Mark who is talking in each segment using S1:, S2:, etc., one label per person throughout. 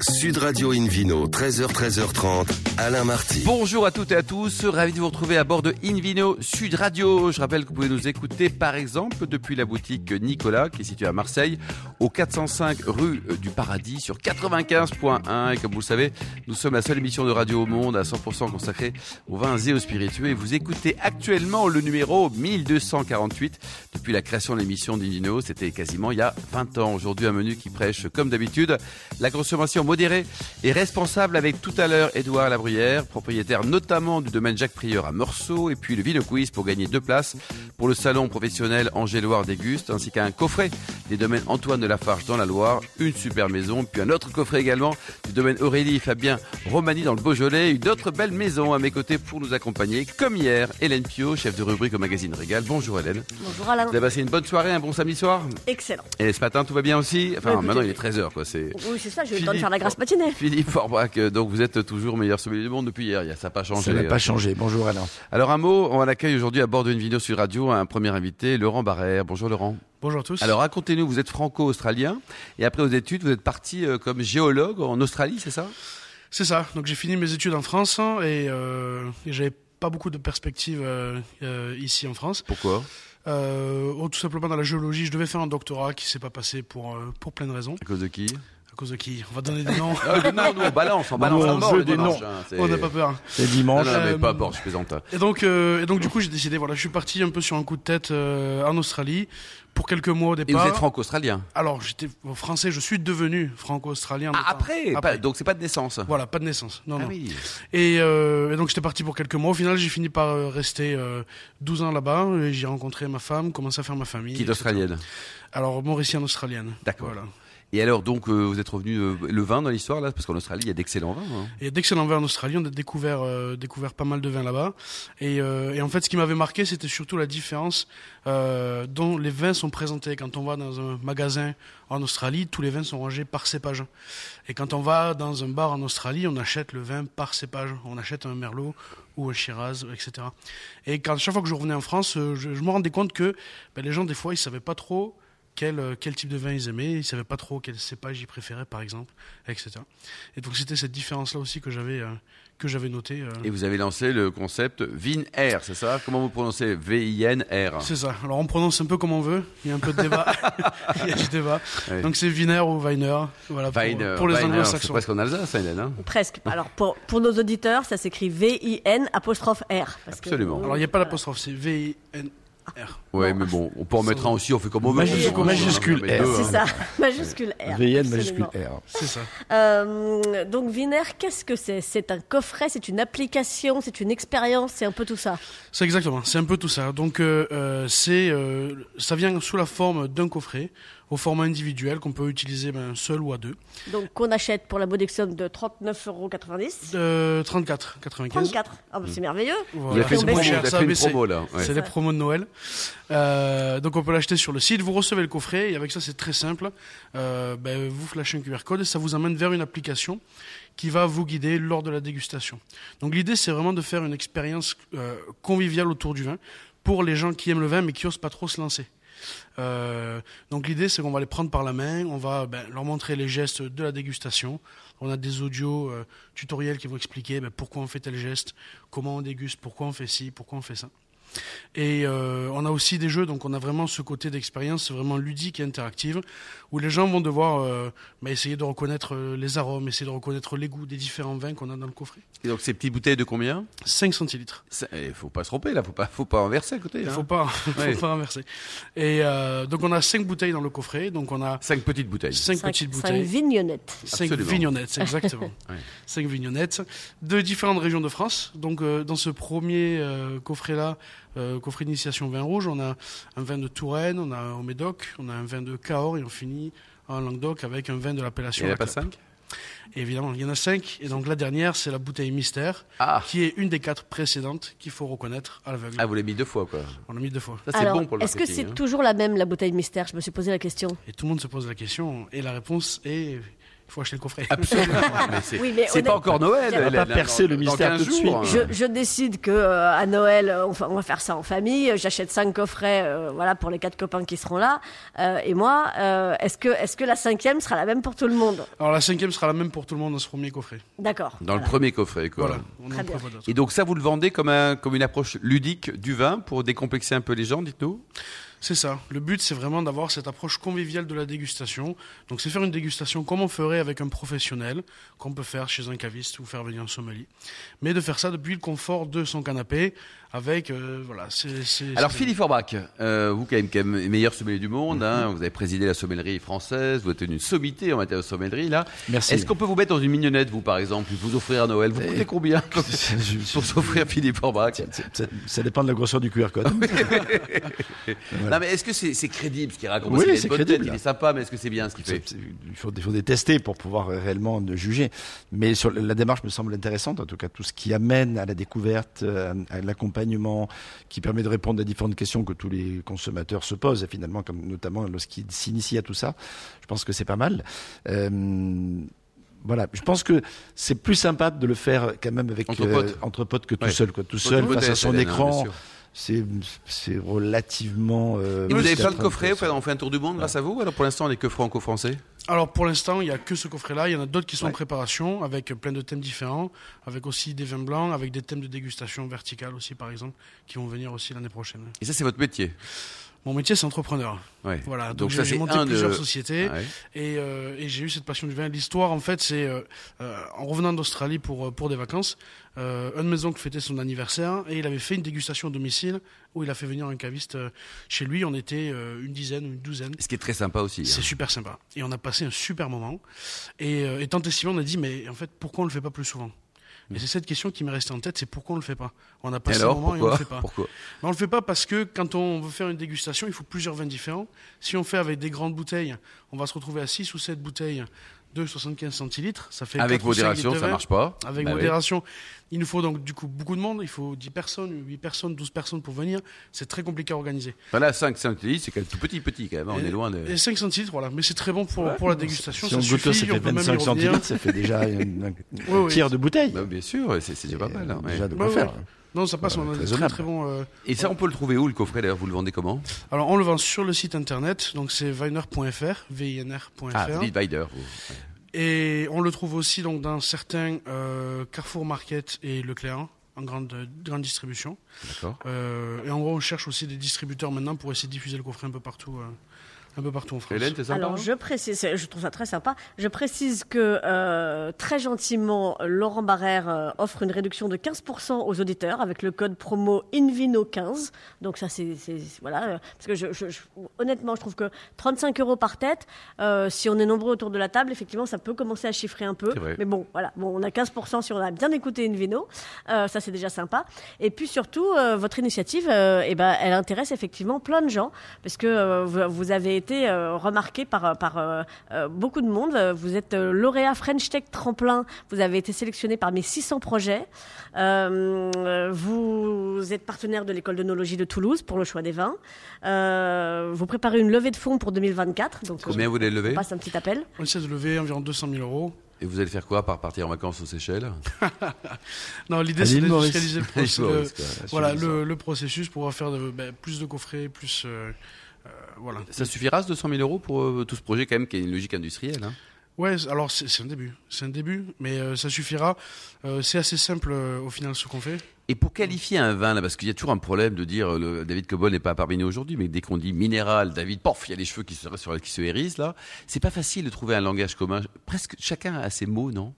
S1: Sud Radio Invino, 13h, 13h30, Alain Marty.
S2: Bonjour à toutes et à tous, ravi de vous retrouver à bord de Invino Sud Radio. Je rappelle que vous pouvez nous écouter par exemple depuis la boutique Nicolas qui est située à Marseille au 405 rue du Paradis sur 95.1 et comme vous le savez, nous sommes la seule émission de radio au monde à 100% consacrée aux vins et aux spiritueux et vous écoutez actuellement le numéro 1248 depuis la création de l'émission d'Invino, c'était quasiment il y a 20 ans. Aujourd'hui un menu qui prêche comme d'habitude la consommation modérée et responsable avec tout à l'heure Édouard Labruyère, propriétaire notamment du domaine Jacques Prieur à Morceau, et puis le Vino Quiz pour gagner deux places pour le salon professionnel Angéloire d'Auguste, ainsi qu'un coffret des domaines Antoine de Lafarge dans la Loire, une super maison, puis un autre coffret également du domaine Aurélie et Fabien Romani dans le Beaujolais, une autre belle maison à mes côtés pour nous accompagner, comme hier, Hélène Pio, chef de rubrique au magazine Régal. Bonjour Hélène.
S3: Bonjour Alain.
S2: Vous avez passé une bonne soirée, un bon samedi soir
S3: Excellent.
S2: Et ce matin, tout va bien aussi Enfin,
S3: Ouais, écoutez-
S2: maintenant, il est 13h, quoi. C'est...
S3: Oui, c'est ça, j'ai eu le
S2: Philippe,
S3: temps de faire la grasse matinée.
S2: Philippe Forbach, euh, donc vous êtes toujours meilleur sommelier du monde depuis hier, il y a- ça n'a pas changé.
S4: Ça n'a pas
S2: Euh,
S4: changé. Bonjour Alain.
S2: Alors un mot, on l'accueille aujourd'hui à bord d'une vidéo sur radio, un premier invité, Laurent Barrère. Bonjour Laurent.
S5: Bonjour à tous.
S2: Alors racontez-nous, vous êtes franco-australien et après vos études, vous êtes parti euh, comme géologue en Australie, c'est ça
S5: c'est ça. Donc j'ai fini mes études en France hein, et, euh, et j'avais pas beaucoup de perspectives euh, euh, ici en France.
S2: Pourquoi
S5: Euh, oh, tout simplement dans la géologie, je devais faire un doctorat qui s'est pas passé pour euh, pour plein de raisons.
S2: À cause de qui
S5: À cause de qui On va donner des noms.
S2: Ah, Non, nous on balance, on balance
S4: on
S2: à mort
S4: veut
S2: le
S4: des
S2: dimanche, hein, c'est-
S5: On n'a pas peur.
S4: C'est
S2: Non,
S4: dimanche.
S2: non, mais
S5: Euh,
S2: pas à bord, je plaisante.
S5: Et donc euh, et donc du coup j'ai décidé. Voilà, je suis parti un peu sur un coup de tête euh, en Australie pour quelques mois au
S2: Et vous
S5: départ.
S2: êtes franco-australien
S5: Alors j'étais français, je suis devenu franco-australien.
S2: Ah,
S5: Enfin,
S2: après, pas- Donc c'est pas de naissance
S5: Voilà, pas de naissance. Non,
S2: Ah
S5: non.
S2: oui.
S5: Et, euh, et donc j'étais parti pour quelques mois. Au final, j'ai fini par euh, rester euh, 12 ans là-bas. Et J'ai rencontré ma femme, commencé à faire ma famille.
S2: Qui est
S5: etc.
S2: australienne.
S5: Alors, mauricienne australienne.
S2: D'accord.
S5: Voilà.
S2: Et alors donc euh, vous êtes revenu euh, le vin dans l'histoire là parce qu'en Australie il y a d'excellents vins. hein.
S5: Et d'excellents vins en Australie. On a découvert, euh, découvert pas mal de vins là-bas. Et, euh, et en fait, ce qui m'avait marqué, c'était surtout la différence euh, dont les vins sont présentés. Quand on va dans un magasin en Australie, tous les vins sont rangés par cépage. Et quand on va dans un bar en Australie, on achète le vin par cépage. On achète un merlot ou un Shiraz, etc. Et quand chaque fois que je revenais en France, euh, je, je me rendais compte que ben, les gens, des fois, ils savaient pas trop quel, euh, quel type de vin ils aimaient, ils savaient pas trop quel cépage ils préféraient, par exemple, etc. Et donc, c'était cette différence-là aussi que j'avais euh, que j'avais notée. euh.
S2: Et vous avez lancé le concept Vin Air, c'est ça Comment vous prononcez V-I-N-R.
S5: C'est ça. Alors, on prononce un peu comme on veut. Il y a un peu de débat. Il y a du débat.
S2: Ouais.
S5: Donc, c'est Wiener ou Weiner. Voilà, pour,
S2: Viner,
S5: pour les
S2: Viner, C'est
S5: anglo-saxons.
S2: presque en Alsace, Hélène. Hein
S3: Presque. Alors pour, pour nos auditeurs, ça s'écrit V-I-N apostrophe R. parce que-
S2: Absolument.
S5: Alors, il n'y a pas l'apostrophe, c'est V-I-N-R.
S2: ouais, mais bon, on peut en mettre un aussi, on fait comme on veut.
S4: Majuscule-
S2: On peut en mettre
S4: majuscule
S2: deux,
S4: R.
S2: hein.
S3: Ah, C'est ça, majuscule R.
S4: VN
S3: absolument.
S4: majuscule R.
S5: C'est ça.
S3: Euh, donc Viner, qu'est-ce que c'est C'est un coffret, c'est une application, c'est une expérience, c'est un peu tout ça.
S5: C'est exactement, c'est un peu tout ça. Donc euh, euh, c'est, euh, ça vient sous la forme d'un coffret, au format individuel qu'on peut utiliser ben, seul ou à deux.
S3: Donc qu'on achète pour la modique somme de 39,90 euros.
S5: Euh, 34, 95.
S3: 34. Ah, bah, c'est merveilleux.
S2: Vous avez
S5: Voilà.
S2: fait une
S3: Puis on
S2: promo,
S3: baisse.
S2: vous avez
S5: Ça
S2: fait
S5: a
S2: une
S5: baissé.
S2: promo là. ouais.
S5: C'est les promos de Noël. Euh, donc on peut l'acheter sur le site, vous recevez le coffret et avec ça c'est très simple. Euh, ben, vous flashez un QR code et ça vous amène vers une application qui va vous guider lors de la dégustation. Donc l'idée c'est vraiment de faire une expérience euh, conviviale autour du vin pour les gens qui aiment le vin mais qui osent pas trop se lancer. Euh, donc l'idée c'est qu'on va les prendre par la main, on va ben, leur montrer les gestes de la dégustation. On a des audios euh, tutoriels qui vont expliquer ben, pourquoi on fait tel geste, comment on déguste, pourquoi on fait ci, pourquoi on fait ça. Et euh, on a aussi des jeux, donc on a vraiment ce côté d'expérience vraiment ludique et interactive, où les gens vont devoir euh, bah, essayer de reconnaître euh, les arômes, essayer de reconnaître les goûts des différents vins qu'on a dans le coffret.
S2: Et donc ces petites bouteilles de combien
S5: 5 centilitres.
S2: Ça- eh, Faut pas se tromper là, faut pas, faut pas inverser à côté.
S5: Il
S2: hein.
S5: faut pas, faut
S2: Ouais.
S5: pas inverser. Et euh, donc on a 5 bouteilles dans le coffret, donc on a
S2: Cinq petites bouteilles.
S5: 5
S3: Cinq-
S5: petites
S3: cinq
S5: bouteilles.
S3: vignonnettes.
S5: 5
S2: Absolument.
S5: vignonnettes, exactement.
S2: Ouais.
S5: 5 vignonnettes de différentes régions de France. Donc, euh, dans ce premier euh, coffret-là, euh, coffret d'initiation vin rouge, on a un vin de Touraine, on a un au Médoc, on a un vin de Cahors et on finit en Languedoc avec un vin de
S2: Il
S5: l'appellation.
S2: n'y en a
S5: La
S2: pas
S5: Clope.
S2: cinq
S5: Et Évidemment, il y en a 5. Et donc, la dernière, c'est la bouteille mystère,
S2: Ah,
S5: qui est une des quatre précédentes qu'il faut reconnaître à l'aveugle.
S2: ah, vous l'avez mis deux fois quoi.
S5: On l'a mis deux fois.
S2: Ça c'est
S3: Alors,
S2: bon pour le
S3: est-ce que c'est
S2: marketing, hein.
S3: toujours la même, la bouteille mystère Je me suis posé la question.
S5: Et tout le monde se pose la question. Et la réponse est il faut acheter le coffret.
S2: Absolument. Ah, Mais c'est
S3: Oui, mais
S2: c'est pas
S3: honnête-
S2: encore Noël.
S3: On va
S2: Hélène,
S4: pas percer
S2: dans-
S4: le
S2: dans
S4: mystère
S2: 15
S4: tout de
S2: jours. hein.
S3: Je, je décide que euh, à Noël, euh, on, fa- on va faire ça en famille. euh, J'achète cinq coffrets, euh, voilà, pour les quatre copains qui seront là. Euh, et moi, euh, est-ce que, est-ce que la cinquième sera la même pour tout le monde
S5: Alors la cinquième sera la même pour tout le monde dans ce premier coffret.
S3: D'accord.
S2: Dans le
S3: Voilà.
S2: premier coffret, quoi.
S5: Voilà, on
S3: Très
S5: en
S3: bien.
S5: prévoit d'autres.
S2: Et donc ça, vous le vendez comme, un, comme une approche ludique du vin pour décomplexer un peu les gens, dites-nous
S5: C'est ça. Le but, c'est vraiment d'avoir cette approche conviviale de la dégustation. Donc, c'est faire une dégustation comme on ferait avec un professionnel, qu'on peut faire chez un caviste ou faire venir un sommelier. Mais de faire ça depuis le confort de son canapé, avec. euh, voilà. c'est- c'est-
S2: Alors
S5: c'est-
S2: Philippe Forbach, euh, vous quand même, quand même meilleur sommelier du monde, hein, vous avez présidé la sommellerie française, vous êtes une sommité en matière de sommellerie, là.
S4: Merci.
S2: Est-ce qu'on peut vous mettre dans une mignonnette, vous, par exemple, vous offrir à Noël Vous coûtez combien pour pour s'offrir Philippe Forbach
S4: Ça, ça dépend de la grosseur du QR code.
S2: Ah Non, mais est-ce que c'est c'est crédible ce qu'il raconte
S4: Oui,
S2: Parce qu'il a une
S4: c'est
S2: bonne
S4: crédible.
S2: tête, Il est sympa, mais est-ce que c'est bien ce qu'il
S4: Ça,
S2: fait
S4: c'est- Il faut, il faut les tester pour pouvoir réellement le juger. Mais sur, la démarche me semble intéressante, en tout cas tout ce qui amène à la découverte, euh, à, l'accompagnement, qui permet de répondre à différentes questions que tous les consommateurs se posent, et finalement, comme, notamment lorsqu'ils s'initient à tout ça. Je pense que c'est pas mal. Euh, voilà, je pense que c'est plus sympa de le faire quand même avec euh,
S2: Entre potes.
S4: entre potes que tout
S2: Ouais.
S4: seul, quoi. tout
S2: Votre
S4: seul
S2: nouveau
S4: face à
S2: test,
S4: son
S2: Hélène, hein, bien
S4: écran.
S2: sûr.
S4: C'est c'est relativement. euh,
S2: Et vous avez
S4: jusqu'à
S2: plein de coffrets,
S4: 30%.
S2: on fait un tour du monde grâce à vous Alors pour l'instant, on n'est que franco-français
S5: Alors, pour l'instant, il n'y a que ce coffret-là. Il y en a d'autres qui sont en
S4: Ouais.
S5: préparation, avec plein de thèmes différents, avec aussi des vins blancs, avec des thèmes de dégustation verticale aussi, par exemple, qui vont venir aussi l'année prochaine.
S2: Et ça, c'est votre métier
S5: Mon métier, c'est entrepreneur.
S2: Ouais.
S5: Voilà. Donc,
S2: ça,
S5: j'ai
S2: c'est
S5: monté
S2: un de-
S5: plusieurs sociétés.
S2: Ouais.
S5: Et, euh, et j'ai eu cette passion du vin. L'histoire, en fait, c'est euh, euh, en revenant d'Australie pour, euh, pour des vacances, euh, un de mes oncles fêtait son anniversaire et il avait fait une dégustation à domicile où il a fait venir un caviste euh, chez lui. On était euh, une dizaine ou une douzaine.
S2: Ce qui est très sympa aussi. hein.
S5: C'est super sympa. Et on a passé un super moment. Et, euh, et tant et si bien, on a dit, mais en fait, pourquoi on le fait pas plus souvent et c'est cette question qui m'est restée en tête, c'est pourquoi on le fait pas On
S2: Mm.
S5: a
S2: Et
S5: passé
S2: alors,
S5: un moment et on
S2: pourquoi,
S5: le fait pas.
S2: pourquoi
S5: Mais on le fait pas parce que quand on veut faire une dégustation, il faut plusieurs vins différents. Si on fait avec des grandes bouteilles, on va se retrouver à 6 ou 7 bouteilles de 75 centilitres. Ça fait
S2: Avec
S5: quatre ou cinq
S2: modération,
S5: litres de
S2: ça
S5: vin.
S2: marche pas.
S5: Avec
S2: Bah oui.
S5: modération. Il nous faut donc du coup beaucoup de monde. Il faut 10 personnes, 8 personnes, 12 personnes pour venir. C'est très compliqué à organiser.
S2: Voilà, 5 centilitres, c'est quand même tout petit, petit quand même. hein. On
S5: Et-
S2: est loin de.
S5: Et 5 centilitres, voilà. Mais c'est très bon pour, pour la dégustation.
S4: Si on
S5: ça
S4: goûte, ça
S5: suffit,
S4: fait
S5: on peut même y
S4: 25
S5: revenir.
S4: centilitres, ça fait déjà une- un
S5: oui.
S4: tiers de bouteille.
S2: Bah, bien sûr, c'est c'est déjà pas
S4: Et,
S2: mal.
S4: euh,
S2: hein, ouais.
S4: déjà de
S5: Bah
S4: quoi
S5: ouais.
S4: faire.
S5: Non, ça passe.
S4: Voilà,
S5: on a des très,
S4: raisonnable.
S5: très bons. euh,
S2: Et ça, on peut le trouver où le coffret d'ailleurs Vous le vendez comment
S5: Alors, on le vend sur le site internet. Donc, c'est viner.fr. V-I-N-R.fr.
S2: Ah, vous dites Weider, vous.
S5: Et on le trouve aussi donc dans certains euh, Carrefour Market et Leclerc hein, en grande, grande distribution.
S2: D'accord.
S5: Euh, et en gros, on cherche aussi des distributeurs maintenant pour essayer de diffuser le coffret un peu partout, euh, un peu partout en France.
S2: Hélène, t'es sympa
S3: Alors
S2: hein
S3: je précise, c'est- je trouve ça très sympa. Je précise que euh, très gentiment, Laurent Barrère euh, offre une réduction de 15% aux auditeurs avec le code promo Invino15. Donc ça c'est c'est- voilà euh, parce que je, je- je- honnêtement, je trouve que 35 euros par tête, euh, si on est nombreux autour de la table, effectivement, ça peut commencer à chiffrer un peu.
S2: C'est vrai.
S3: Mais bon, voilà, bon, on a 15% si on a bien écouté Invino. Euh, ça c'est déjà sympa. Et puis surtout, euh, votre initiative, euh, eh ben, elle intéresse effectivement plein de gens, parce que euh, vous, vous avez été euh, remarqué par, euh, par euh, euh, beaucoup de monde. Euh, Vous êtes euh, lauréat French Tech Tremplin, vous avez été sélectionné parmi 600 projets. Euh, vous êtes partenaire de l'école d'onologie de Toulouse pour le choix des vins. Euh, vous préparez une levée de fonds pour 2024, donc
S2: Combien vous
S3: euh,
S2: voulez le
S3: on
S2: lever
S3: passe un petit appel.
S5: On essaie de lever environ 200 000 euros.
S2: Et vous allez faire quoi par partir en vacances aux Seychelles
S5: Non, l'idée
S4: À
S5: c'est
S4: l'île Maurice.
S5: d'industrialiser le,
S2: Maurice,
S5: process- le-
S2: quoi, assurément,
S5: voilà,
S2: ça.
S5: le, le processus pour faire de- ben, plus de coffrets, plus. euh, euh, voilà.
S2: Ça suffira ce 200 000 euros pour euh, tout ce projet quand même qui est une logique industrielle. hein.
S5: Ouais, c'est- alors c'est c'est un début, c'est un début, mais euh, ça suffira. Euh, c'est assez simple euh, au final ce qu'on fait.
S2: Et pour qualifier un vin, là, parce qu'il y a toujours un problème de dire euh, le, David Cobol n'est pas parmi nous aujourd'hui, mais dès qu'on dit minéral, David, pof, il y a les cheveux qui se, sur- qui se hérissent là. C'est pas facile de trouver un langage commun. Presque chacun a ses mots, non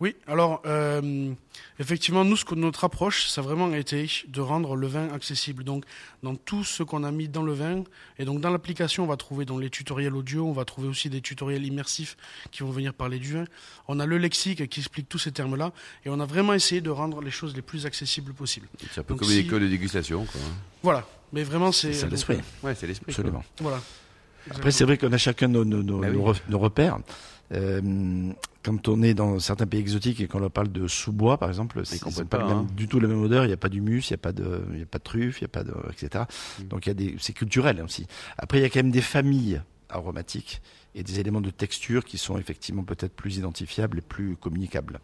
S5: Oui, alors euh, effectivement, nous, ce que notre approche, ça a vraiment été de rendre le vin accessible. Donc, dans tout ce qu'on a mis dans le vin, et donc dans l'application, on va trouver dans les tutoriels audio, on va trouver aussi des tutoriels immersifs qui vont venir parler du vin. On a le lexique qui explique tous ces termes-là, et on a vraiment essayé de rendre les choses les plus accessibles possibles.
S2: C'est un peu
S5: Donc
S2: comme
S5: si-
S2: une école de dégustation. Quoi. hein.
S5: Voilà, mais vraiment, c'est
S4: C'est
S5: donc,
S4: l'esprit,
S2: Ouais, c'est l'esprit. quoi.
S4: absolument.
S5: Voilà.
S4: Après, c'est vrai qu'on a chacun nos, nos- nos-
S2: Bah oui.
S4: nos re- nos repères. Euh, quand on est dans certains pays exotiques et qu'on leur parle de sous-bois, par exemple, c'est
S2: qu'on
S4: c'est
S2: peut
S4: pas,
S2: pas,
S4: le même-
S2: hein.
S4: du tout la même odeur. Il n'y a pas d'humus, il n'y a pas de, il y a pas de truffe, il y a pas de,
S2: Mm.
S4: etc. Donc il y a des, c'est culturel aussi. Après, il y a quand même des familles aromatiques et des éléments de texture qui sont effectivement peut-être plus identifiables et plus communicables.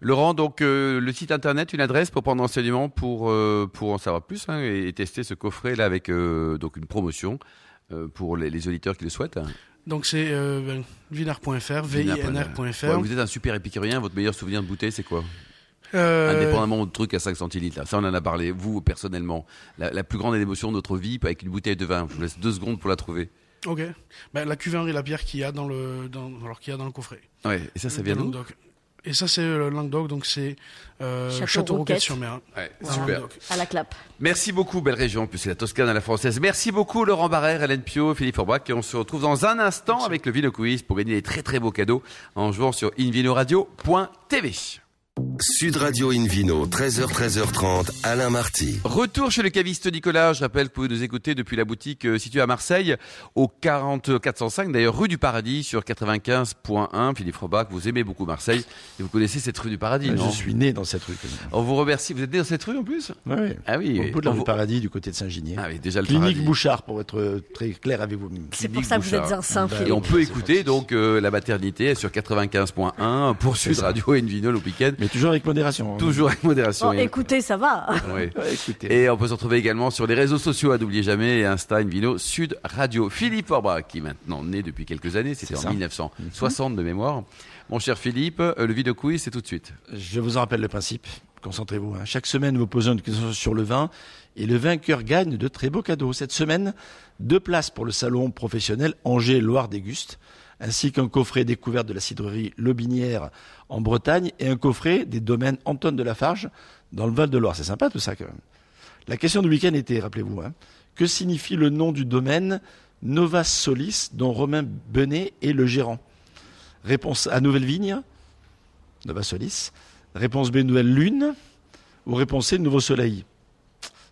S2: Laurent, donc euh, le site internet, une adresse pour prendre enseignement, pour, euh, pour en savoir plus hein, et, et tester ce coffret là avec euh, donc une promotion euh, pour les, les auditeurs qui le souhaitent. hein.
S5: Donc c'est euh, ben, vinard.fr, V-I-N-R.fr.
S2: Ouais, vous êtes un super épicurien, votre meilleur souvenir de bouteille, c'est quoi
S5: Euh,
S2: Indépendamment du truc à 5 centilitres, là. ça on en a parlé. Vous, personnellement, la, la plus grande émotion de notre vie avec une bouteille de vin, je vous laisse deux secondes pour la trouver.
S5: Ok. Ben, la cuve Henri Lapierre qu'il y a dans le, dans, alors qu'il y a dans le coffret.
S2: Ouais, et ça, ça vient
S5: Dans
S2: d'où
S5: Languedoc. Et ça, c'est le Languedoc, donc c'est euh,
S3: Château
S5: Château,
S3: Roquette.
S5: Roquette sur mer.
S2: Ouais,
S5: Dans
S2: super.
S5: Languedoc.
S3: À la clap.
S2: Merci beaucoup, belle région, puis c'est la Toscane à la française. Merci beaucoup, Laurent Barrère, Hélène Pio, Philippe Forbach, et on se retrouve dans un instant avec le Vino Quiz pour gagner des très très beaux cadeaux en jouant sur invinoradio.tv.
S1: Sud Radio Invino, 13h, 13h30, Alain Marty.
S2: Retour chez le caviste Nicolas. Je rappelle que vous pouvez nous écouter depuis la boutique euh, située à Marseille, au euh, 40 405, d'ailleurs rue du Paradis, sur 95.1. Philippe Forbach, vous aimez beaucoup Marseille, et vous connaissez cette rue du Paradis, non
S4: Je suis né dans cette rue. quand même.
S2: On vous remercie. Vous êtes né dans cette rue en plus
S4: Ouais,
S2: Ah oui.
S4: Au bout de la
S2: on
S4: rue
S2: vous-
S4: Paradis, du côté de Saint-Ginier.
S2: Ah oui, déjà le
S4: Clinique
S2: paradis.
S4: Bouchard, pour être euh, très clair avec vous.
S3: C'est
S2: Clinique
S3: pour ça que vous
S2: Bouchard.
S3: êtes un saint,
S4: Bah,
S2: Et
S3: Philippe.
S2: on peut
S4: C'est
S2: écouter
S4: parti.
S2: donc euh, la maternité sur 95.1 pour Sud Radio et Vino le week-end.
S4: Mais toujours avec modération. hein.
S2: Toujours avec modération.
S3: Bon,
S2: oui.
S3: Oh, écoutez, ça va.
S2: Oui.
S4: Ouais, écoutez.
S2: Et on peut se retrouver également sur les réseaux sociaux, à n'oubliez jamais, Insta, Invino, Sud Radio. Philippe Orbach, qui est maintenant né depuis quelques années, c'était
S4: C'est
S2: en
S4: ça. Mhm.
S2: 1960 de mémoire. Mon cher Philippe, euh, le vidéo quiz, c'est tout de suite.
S4: Je vous en rappelle le principe. Concentrez-vous. hein. Chaque semaine, vous posez une question sur le vin et le vainqueur gagne de très beaux cadeaux. Cette semaine, deux places pour le salon professionnel Angers-Loire Déguste, ainsi qu'un coffret découvert de la cidrerie Lobinière en Bretagne et un coffret des domaines Antoine de Lafarge dans le Val-de-Loire. C'est sympa tout ça quand même. La question du week-end était, rappelez-vous, hein, que signifie le nom du domaine Nova Solis dont Romain Benet est le gérant Réponse A, Nouvelle-Vigne. Nova Solis. Réponse B, Nouvelle Lune. Ou réponse C, Nouveau Soleil.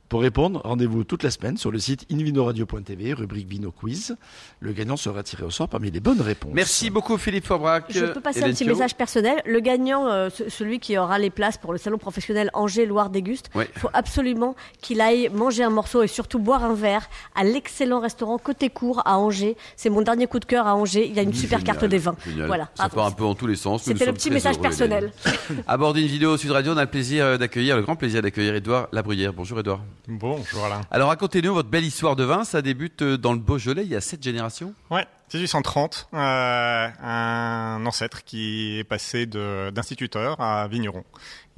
S4: Pour répondre, rendez-vous toute la semaine sur le site invinoradio.tv, rubrique Vino Quiz. Le gagnant sera tiré au sort parmi les bonnes réponses.
S2: Merci beaucoup Philippe Orbach.
S3: Je peux passer un petit message personnel. Le gagnant, euh, ce- celui qui aura les places pour le salon professionnel Angers Loire Déguste,
S2: Ouais.
S3: faut absolument qu'il aille manger un morceau et surtout boire un verre à l'excellent restaurant Côté Court à Angers. C'est mon dernier coup de cœur à Angers. Il y a une super carte des vins. Voilà.
S2: Ça part un
S3: Pardon.
S2: peu en tous les sens. mais nous
S3: C'était le
S2: sommes
S3: petit
S2: très
S3: message
S2: heureux,
S3: personnel.
S2: Hélène. À bord d'une vidéo Sud Radio, on a le plaisir euh, d'accueillir, le grand plaisir d'accueillir Édouard Labruyère. Bonjour Édouard.
S6: Bonjour Alain.
S2: Alors racontez-nous votre belle histoire de vin. Ça débute euh, dans le Beaujolais il y a sept générations.
S6: Ouais, 1830, euh, un ancêtre qui est passé de- d'instituteur à vigneron.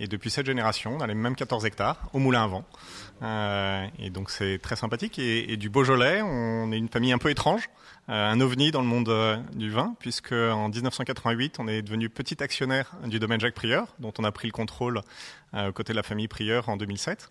S6: Et depuis cette génération, on a les mêmes 14 hectares au moulin à vent. Euh, et donc c'est très sympathique. Et, et du Beaujolais, on est une famille un peu étrange, euh, un ovni dans le monde euh, du vin, puisque en 1988, on est devenu petit actionnaire du domaine Jacques Prieur, dont on a pris le contrôle euh, aux côtés de la famille Prieur en 2007.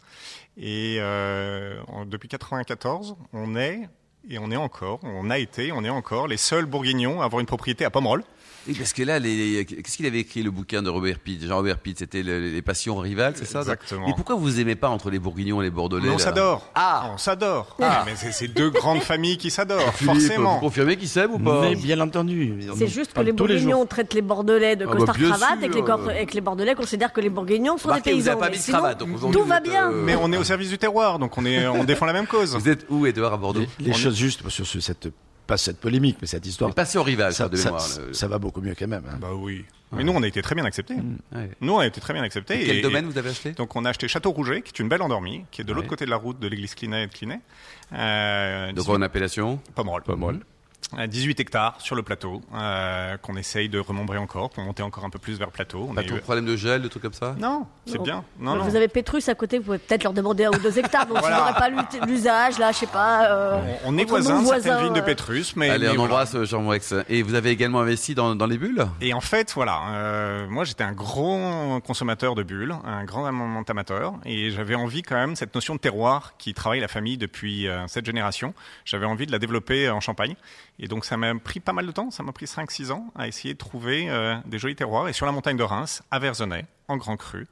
S6: Et euh, en- depuis 1994, on est et on est encore, on a été, on est encore les seuls Bourguignons à avoir une propriété à Pomerol.
S2: Oui, parce que là, les... euh, qu'est-ce qu'il avait écrit le bouquin de Robert Pitt Jean-Robert Pitt, c'était le- les passions rivales, c'est ça
S6: Exactement.
S2: Mais pourquoi vous aimez pas entre les Bourguignons et les Bordelais
S6: Mais on
S2: là
S6: s'adore.
S2: Ah
S6: on s'adore. Ah, mais c'est ces deux grandes familles qui s'adorent,
S2: Philippe, Vous
S6: forcément.
S2: confirmez qu'ils s'aiment ou pas
S4: Mais bien entendu. on
S3: C'est
S4: en
S3: juste que
S4: parle
S3: les
S4: tous jours.
S3: Bourguignons traitent les Bordelais de
S2: Ah bah,
S3: costard
S2: bien
S3: cravate
S2: sûr.
S3: et, que les Cor- et que les Bordelais considèrent que les Bourguignons sont
S2: Remarquez,
S3: des
S2: vous
S3: paysans.
S2: n'avez pas
S3: Mais
S2: mis de
S3: sinon,
S2: cravate, donc aujourd'hui,
S3: tout
S2: vous
S3: va
S2: êtes,
S3: bien.
S2: euh,
S6: Mais on est au service du terroir, donc on, est, on défend la même cause.
S2: Vous êtes où, Édouard, à Bordeaux
S4: Les
S2: On
S4: choses justes sur ce- cette, pas cette polémique, mais cette
S2: est-
S4: histoire.
S2: Les passions rivales, ça,
S4: ça,
S2: de
S4: ça-
S2: mémoire. le-
S4: ça va beaucoup mieux quand même. hein.
S6: Bah oui. Mais nous, on a été très bien acceptés.
S2: Ouais.
S6: Nous, on a été très bien acceptés.
S2: Ah. Hmm. Et Quel domaine vous avez acheté
S6: donc on a acheté Château Rouget, qui est une belle endormie, qui est de l'autre
S2: Ouais.
S6: côté de la route de l'église Clinet et de Clinet. Euh,
S2: Donc en appellation
S6: Pomerol. À 18 hectares sur le plateau, euh, qu'on essaye de remombrer encore, pour monter encore un peu plus vers le plateau. On
S2: Pas
S6: a
S2: trop
S6: eu-
S2: de problème de gel, de trucs comme ça
S6: Non, c'est
S3: Non.
S6: bien. Non, non.
S3: Vous avez Pétrus à côté, vous pouvez peut-être leur demander un ou deux hectares, donc
S6: Voilà.
S3: ils n'auraient pas l'ut- l'usage, là, je sais pas. euh,
S6: On- On est
S3: entre
S6: voisins
S3: nous,
S6: de
S3: voisins,
S6: certaines villes de
S3: euh,
S6: Pétrus, mais.
S2: Allez,
S6: mais
S2: on
S6: voilà.
S2: embrasse euh, Jean Morex. Et vous avez également investi dans, dans les bulles
S6: Et en fait, voilà, euh, moi j'étais un grand consommateur de bulles, un grand am- amateur, et j'avais envie quand même cette notion de terroir qui travaille la famille depuis euh, cette génération. J'avais envie de la développer euh, en Champagne, et donc ça m'a pris pas mal de temps, ça m'a pris 5-6 ans à essayer de trouver euh, des jolis terroirs. Et sur la montagne de Reims, à Verzenay, en grand cru.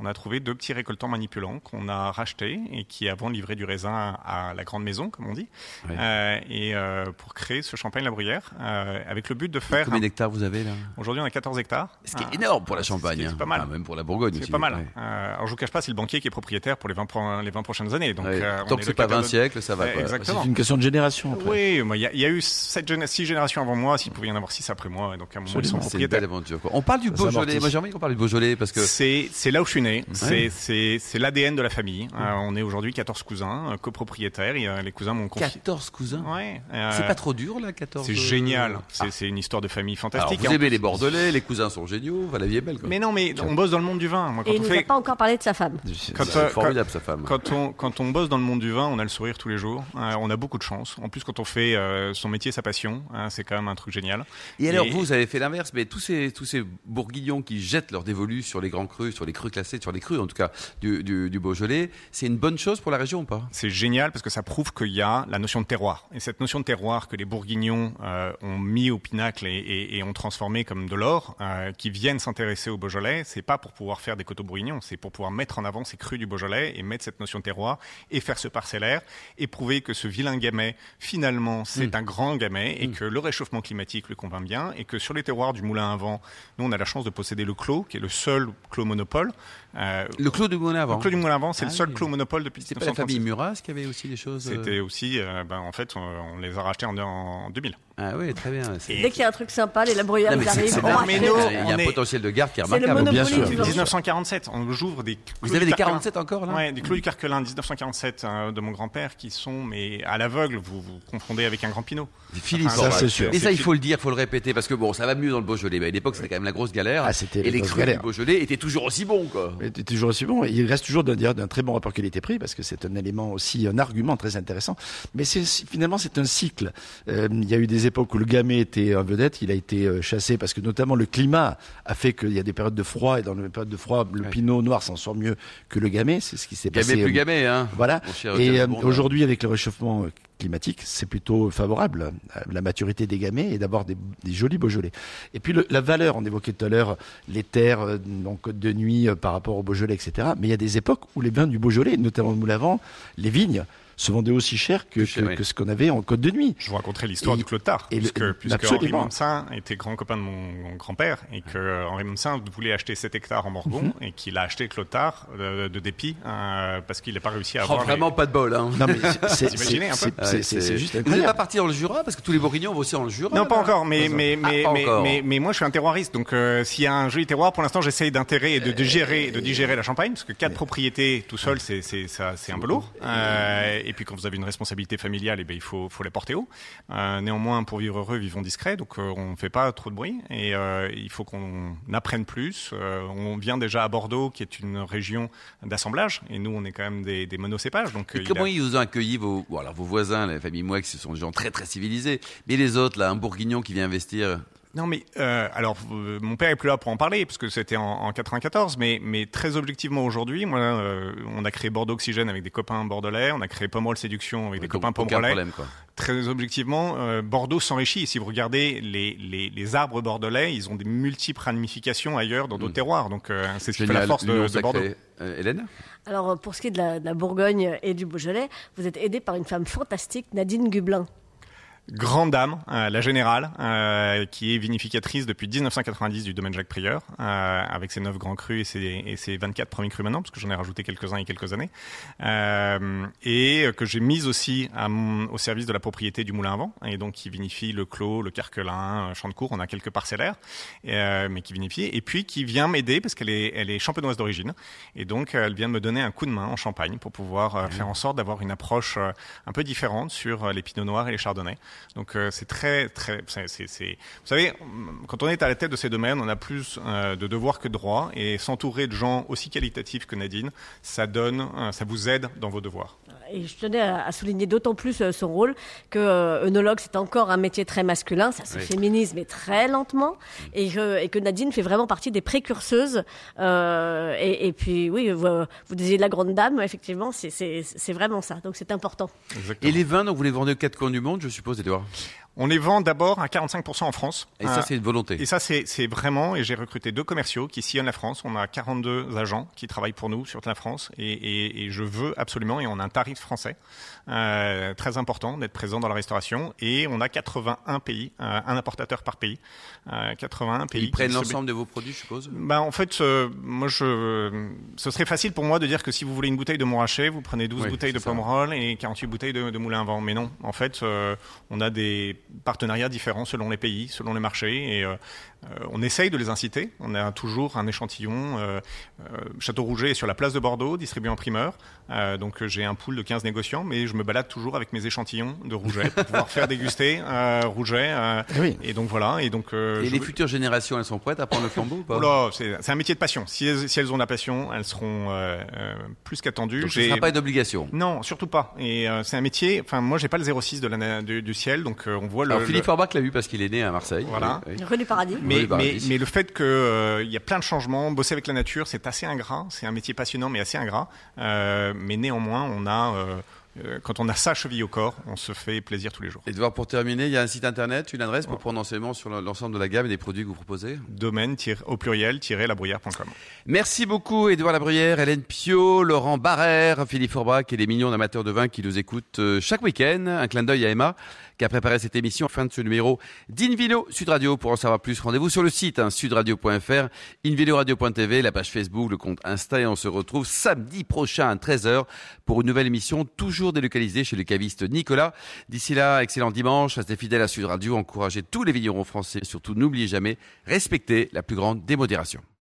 S6: On a trouvé deux petits récoltants manipulants qu'on a rachetés et qui avant livraient du raisin à la grande maison, comme on dit,
S2: Oui.
S6: euh, et euh, pour créer ce champagne la bruyère, euh, avec le but de faire.
S2: Combien d'hectares vous avez là
S6: Aujourd'hui, on a 14 hectares.
S2: Ce qui est
S6: Ah,
S2: énorme pour la
S6: c'est-
S2: Champagne.
S6: c'est
S2: hein.
S6: pas mal.
S2: Ah, même pour la Bourgogne aussi.
S6: C'est pas mal.
S2: ouais.
S6: Euh, alors je vous cache pas, c'est le banquier qui est propriétaire pour les 20, pro- les 20 prochaines années. Donc,
S2: Ouais.
S6: euh, on
S2: Tant
S6: est
S2: que
S6: le
S2: c'est pas 20
S6: capable de-
S2: siècles, ça va.
S6: Eh,
S2: quoi.
S4: Bah, C'est
S6: Exactement.
S4: une question de génération après.
S6: Oui, moi, il y, a- il y a eu sept géné- six générations avant moi, s'il pouvait y en avoir six après moi, et donc à un moment, ils sont
S4: Absolument.
S2: C'est une belle
S6: propriétaires.
S2: aventure. quoi. On parle du
S4: Ça
S2: Beaujolais.
S4: s'amortit.
S2: Moi, j'ai envie qu'on parle du Beaujolais parce que
S6: C'est c'est là où je suis né. C'est- C'est c'est l'ADN de la famille. Euh, on est aujourd'hui 14 cousins, euh, copropriétaires. et, euh, les cousins m'ont confié.
S2: 14 cousins.
S6: Ouais, euh,
S2: C'est pas trop dur là, 14
S6: c'est
S2: euh,
S6: génial.
S2: ah.
S6: C'est c'est une histoire de famille
S2: Alors,
S6: fantastique. hein.
S2: vous
S6: Et en-
S2: aimez les Bordelais, les cousins sont géniaux, enfin, la vie est belle. Quoi.
S6: Mais non, mais on bosse dans le monde du vin. Moi, quand
S3: Et il
S6: on
S3: nous
S6: fait
S3: a pas encore parlé de sa femme.
S6: Quand,
S2: C'est
S6: euh,
S2: formidable sa femme.
S6: Quand on, quand on bosse dans le monde du vin, on a le sourire tous les jours. Euh, on a beaucoup de chance. En plus, quand on fait euh, son métier, sa passion, hein, c'est quand même un truc génial.
S2: Et alors, vous, vous avez fait l'inverse, mais tous ces, tous ces bourguignons qui jettent leur dévolu sur les grands crus, sur les crus classés, sur les crus en tout cas du, du, du Beaujolais, c'est une bonne chose pour la région ou pas
S6: C'est génial parce que ça prouve qu'il y a la notion de terroir. Et cette notion de terroir que les Bourguignons euh, ont mis au pinacle et, et- et ont transformé comme de l'or, euh, qui viennent s'intéresser au Beaujolais, c'est pas pour pouvoir faire des coteaux bourguignons, c'est pour pouvoir mettre en avant ces crus du Beaujolais et mettre cette notion de terroir et faire ce parcellaire et prouver que ce vilain gamay, finalement, c'est
S2: Hmm.
S6: un grand gamay et que le réchauffement climatique le convainc bien et que sur les terroirs du moulin à vent, nous on a la chance de posséder le clos, qui est le seul clos monopole. Euh,
S2: Le Clos de Moulin avant.
S6: le clos du moulin à vent, c'est
S2: Ah
S6: le seul
S2: oui.
S6: clos monopole depuis
S2: C'est pas la
S6: 1936.
S2: famille Murat qui avait aussi des choses. euh,
S6: C'était aussi, euh, ben, en fait, on, on les a rachetés en, en 2000.
S2: Ah oui, très bien. c'est-
S3: Dès qu'il y a un truc sympa, les la bruyère
S2: Non, mais
S3: ils
S2: c'est-
S3: arrivent.
S2: c'est
S3: on
S2: dingue.
S6: mais
S3: rachète.
S6: nous,
S2: Il y a
S6: on
S2: un
S6: est-
S2: potentiel de garde qui est
S3: C'est le
S2: remarquable.
S3: monopole.
S4: bien
S3: du vin.
S4: sûr.
S6: 1947, on j'ouvre des. clos
S2: Vous avez
S6: du
S2: des
S6: Carquelin.
S2: 47 encore là
S6: Ouais, des clos du Carquelin 1947 hein, de mon grand-père qui sont, mais à l'aveugle, vous vous confondez avec un grand pinot.
S2: Philippe,
S4: ça, c'est sûr.
S2: Et ça, il
S6: Philippe.
S2: faut le dire, faut le répéter, parce que bon, ça va mieux dans le Beaujolais. Mais à l'époque, c'était quand même la grosse galère.
S4: Ah, c'était
S2: et
S4: la
S2: les
S4: grosse
S2: crus du
S4: galère.
S2: Beaujolais étaient toujours aussi bons, quoi.
S4: Mais t'es toujours aussi bon. Et Il reste toujours d'un- d'ailleurs d'un très bon rapport qualité-prix parce que c'est un élément aussi, un argument très intéressant. Mais c'est finalement c'est un cycle. Euh, il y a eu des époques où le gamay était en vedette, il a été euh, chassé parce que notamment le climat a fait qu'il y a des périodes de froid et dans les périodes de froid le
S2: Ouais.
S4: pinot noir s'en sort mieux que le gamay. C'est ce qui s'est passé.
S2: Gamay plus
S4: euh,
S2: gamay, hein.
S4: Voilà.
S2: Mon cher
S4: Et
S2: James
S4: euh,
S2: Bond, hein.
S4: aujourd'hui, avec le réchauffement euh, climatique, c'est plutôt favorable à la maturité des gamets et d'avoir des, des jolis Beaujolais. Et puis le- la valeur, on évoquait tout à l'heure les terres euh, en côte de nuit euh, par rapport au Beaujolais, etc. Mais il y a des époques où les vins du Beaujolais, notamment le Moulavant, les vignes, se vendaient aussi cher que,
S2: Plus cher,
S4: que-
S2: oui.
S4: que ce qu'on avait en côte de nuit.
S6: Je vous raconterai l'histoire
S4: Et-
S6: du Clotard,
S4: et le-
S6: puisque, puisque Henri
S4: absolument.
S6: Mamsin était grand copain de mon, mon grand-père, et que euh, Henri Mamsin voulait acheter 7 hectares en
S2: Mhm.
S6: Morgon, et qu'il a acheté Clotard euh, de dépit, euh, parce qu'il n'a pas réussi à
S2: Oh,
S6: avoir. les-
S2: vraiment pas de bol, hein.
S4: Non mais c'est- c'est-
S6: Imaginez un
S4: c'est
S6: peu.
S4: c'est-
S2: Ouais,
S4: c'est- c'est- c'est juste
S2: Vous n'êtes pas
S4: incroyable.
S2: parti dans le Jura parce que tous les Bourguignons vont aussi dans le Jura.
S6: Non, pas
S2: là.
S6: encore, mais,
S2: Ah,
S6: mais, mais,
S2: pas
S6: mais,
S2: encore.
S6: mais, mais moi je suis un terroiriste, donc euh, s'il y a un joli terroir, pour l'instant j'essaye d'intégrer et de digérer, de digérer la champagne, parce que quatre propriétés tout seul, c'est c'est- ça- c'est un peu lourd. Euh, et puis quand vous avez une responsabilité familiale, eh ben, il faut, faut les porter haut. Euh, néanmoins, pour vivre heureux, vivons discret, donc euh, on ne fait pas trop de bruit, et euh, il faut qu'on apprenne plus. Euh, on vient déjà à Bordeaux, qui est une région d'assemblage, et nous on est quand même des, des monocépages. Donc,
S2: Et
S6: euh, il
S2: comment
S6: a-
S2: ils vous ont accueilli vos, bon, alors, vos voisins, la famille Moix, ce sont des gens très très civilisés. Mais les autres, là, un Bourguignon qui vient investir.
S6: Non, mais euh, alors, euh, mon père est plus là pour en parler, parce que c'était en, en 94, mais, mais très objectivement aujourd'hui, moi, euh, on a créé Bordeaux Oxygène avec des copains bordelais, on a créé Pomerol Séduction avec des
S2: donc,
S6: copains
S2: euh, aucun
S6: pomerolais.
S2: problème, quoi.
S6: Très objectivement, euh, Bordeaux s'enrichit. Si vous regardez les, les, les arbres bordelais, ils ont des multiples ramifications ailleurs dans d'autres terroirs, donc euh, c'est ce qui fait la
S2: Hmm. Génial,
S6: force
S2: l'union
S6: de, de
S2: sacrée.
S6: Bordeaux.
S2: Euh, Hélène
S3: Alors, euh, pour ce qui est de la, de la Bourgogne et du Beaujolais, vous êtes aidé par une femme fantastique, Nadine Gublin.
S6: Grande dame, euh, la générale, euh, qui est vinificatrice depuis 1990 du domaine Jacques Prieur, euh, avec ses 9 grands crus et ses, et ses 24 premiers crus maintenant, parce que j'en ai rajouté quelques-uns il y a quelques années, euh, et euh, que j'ai mise aussi à mon- au service de la propriété du Moulin à Vent, et donc qui vinifie le Clos, le Carquelin, euh, Champ-de-Cour, on a quelques parcellaires, et, euh, mais qui vinifie, et puis qui vient m'aider, parce qu'elle est, elle est champenoise d'origine, et donc euh, elle vient me donner un coup de main en Champagne pour pouvoir euh, faire en sorte d'avoir une approche euh, un peu différente sur euh, les pinots noirs et les chardonnays. Donc euh, c'est très, très. c'est- c'est- c'est- Vous savez, quand on est à la tête de ces domaines, on a plus euh, de devoirs que de droits et s'entourer de gens aussi qualitatifs que Nadine, ça donne, euh, ça vous aide dans vos devoirs.
S3: Et je tenais à, à souligner d'autant plus euh, son rôle que euh, œnologue, c'est encore un métier très masculin, ça se
S2: Oui.
S3: féminise, mais très lentement, et que, et que Nadine fait vraiment partie des précurseuses. euh, et, et puis, oui, vous, vous disiez la grande dame, effectivement, c'est- c'est c'est vraiment ça, donc c'est important.
S6: Exactement.
S2: Et les vins, donc vous les vendez aux quatre coins du monde, je suppose, Edouard
S6: On les vend d'abord à 45% en France.
S2: Et ça,
S6: Euh,
S2: c'est une volonté.
S6: et ça, c'est c'est vraiment, et j'ai recruté deux commerciaux qui sillonnent la France. On a 42 agents qui travaillent pour nous sur toute la France. Et, et- et je veux absolument, et on a un tarif français euh, très important d'être présent dans la restauration. Et on a 81 pays, euh, un importateur par pays. Euh, 81 pays.
S2: Ils
S6: qui
S2: prennent
S6: se-
S2: l'ensemble de vos produits, je suppose
S6: bah, en fait, euh, moi, je, ce serait facile pour moi de dire que si vous voulez une bouteille de Montrachet, vous prenez 12
S2: Oui,
S6: bouteilles de
S2: c'est ça.
S6: Pomerol et 48 bouteilles de, de Moulin à Vent. Mais non, en fait, euh, on a des partenariats différents selon les pays, selon les marchés, et euh, euh, on essaye de les inciter. On a toujours un échantillon. euh, euh, Château Rouget est sur la place de Bordeaux, distribué en primeur. Euh, donc euh, j'ai un pool de 15 négociants, mais je me balade toujours avec mes échantillons de Rouget pour pouvoir faire déguster euh, Rouget. euh,
S4: Eh oui.
S6: et donc voilà. Et donc euh,
S2: Et
S6: je-
S2: les futures générations, elles sont prêtes à prendre le flambeau ou pas
S6: Oh là, c'est c'est un métier de passion. Si elles, si elles ont de la passion, elles seront euh, euh, plus qu'attendues.
S2: Donc, ce ne
S6: J'ai-
S2: sera pas une obligation.
S6: Non, surtout pas. Et euh, c'est un métier. Enfin, moi, j'ai pas le 06 de la, na- du, du ciel, donc euh, on voit le.
S2: Alors,
S6: le-
S2: Philippe Forbach l'a eu parce qu'il est né à Marseille.
S6: Voilà.
S2: Oui, oui.
S3: Rue du Paradis.
S6: mais,
S2: Oui, bah,
S6: mais,
S2: oui.
S6: mais le fait qu'il euh, il y a plein de changements, bosser avec la nature, c'est assez ingrat. C'est un métier passionnant, mais assez ingrat. Euh, mais néanmoins, on a. euh, euh, quand on a ça cheville au corps, on se fait plaisir tous les jours.
S2: Et de voir pour terminer, il y a un site internet, une adresse pour prendre enseignement sur l'ensemble de la gamme et des produits que vous proposez.
S6: Domaine tir- au pluriel labrouillère.com.
S2: Merci beaucoup Édouard Labruyère, Hélène Pio, Laurent Barrère, Philippe Forbrac et les millions d'amateurs de vin qui nous écoutent euh, chaque week-end. Un clin d'œil à Emma qui a préparé cette émission. Fin de ce numéro d'Invino Sud Radio. Pour en savoir plus, rendez-vous sur le site hein, sudradio.fr, invinoradio.tv, la page Facebook, le compte Insta et on se retrouve samedi prochain à 13h pour une nouvelle émission toujours délocalisée chez le caviste Nicolas. D'ici là, excellent dimanche, restez fidèles à Sud Radio, encouragez tous les vignerons français et surtout n'oubliez jamais, respectez la plus grande démodération.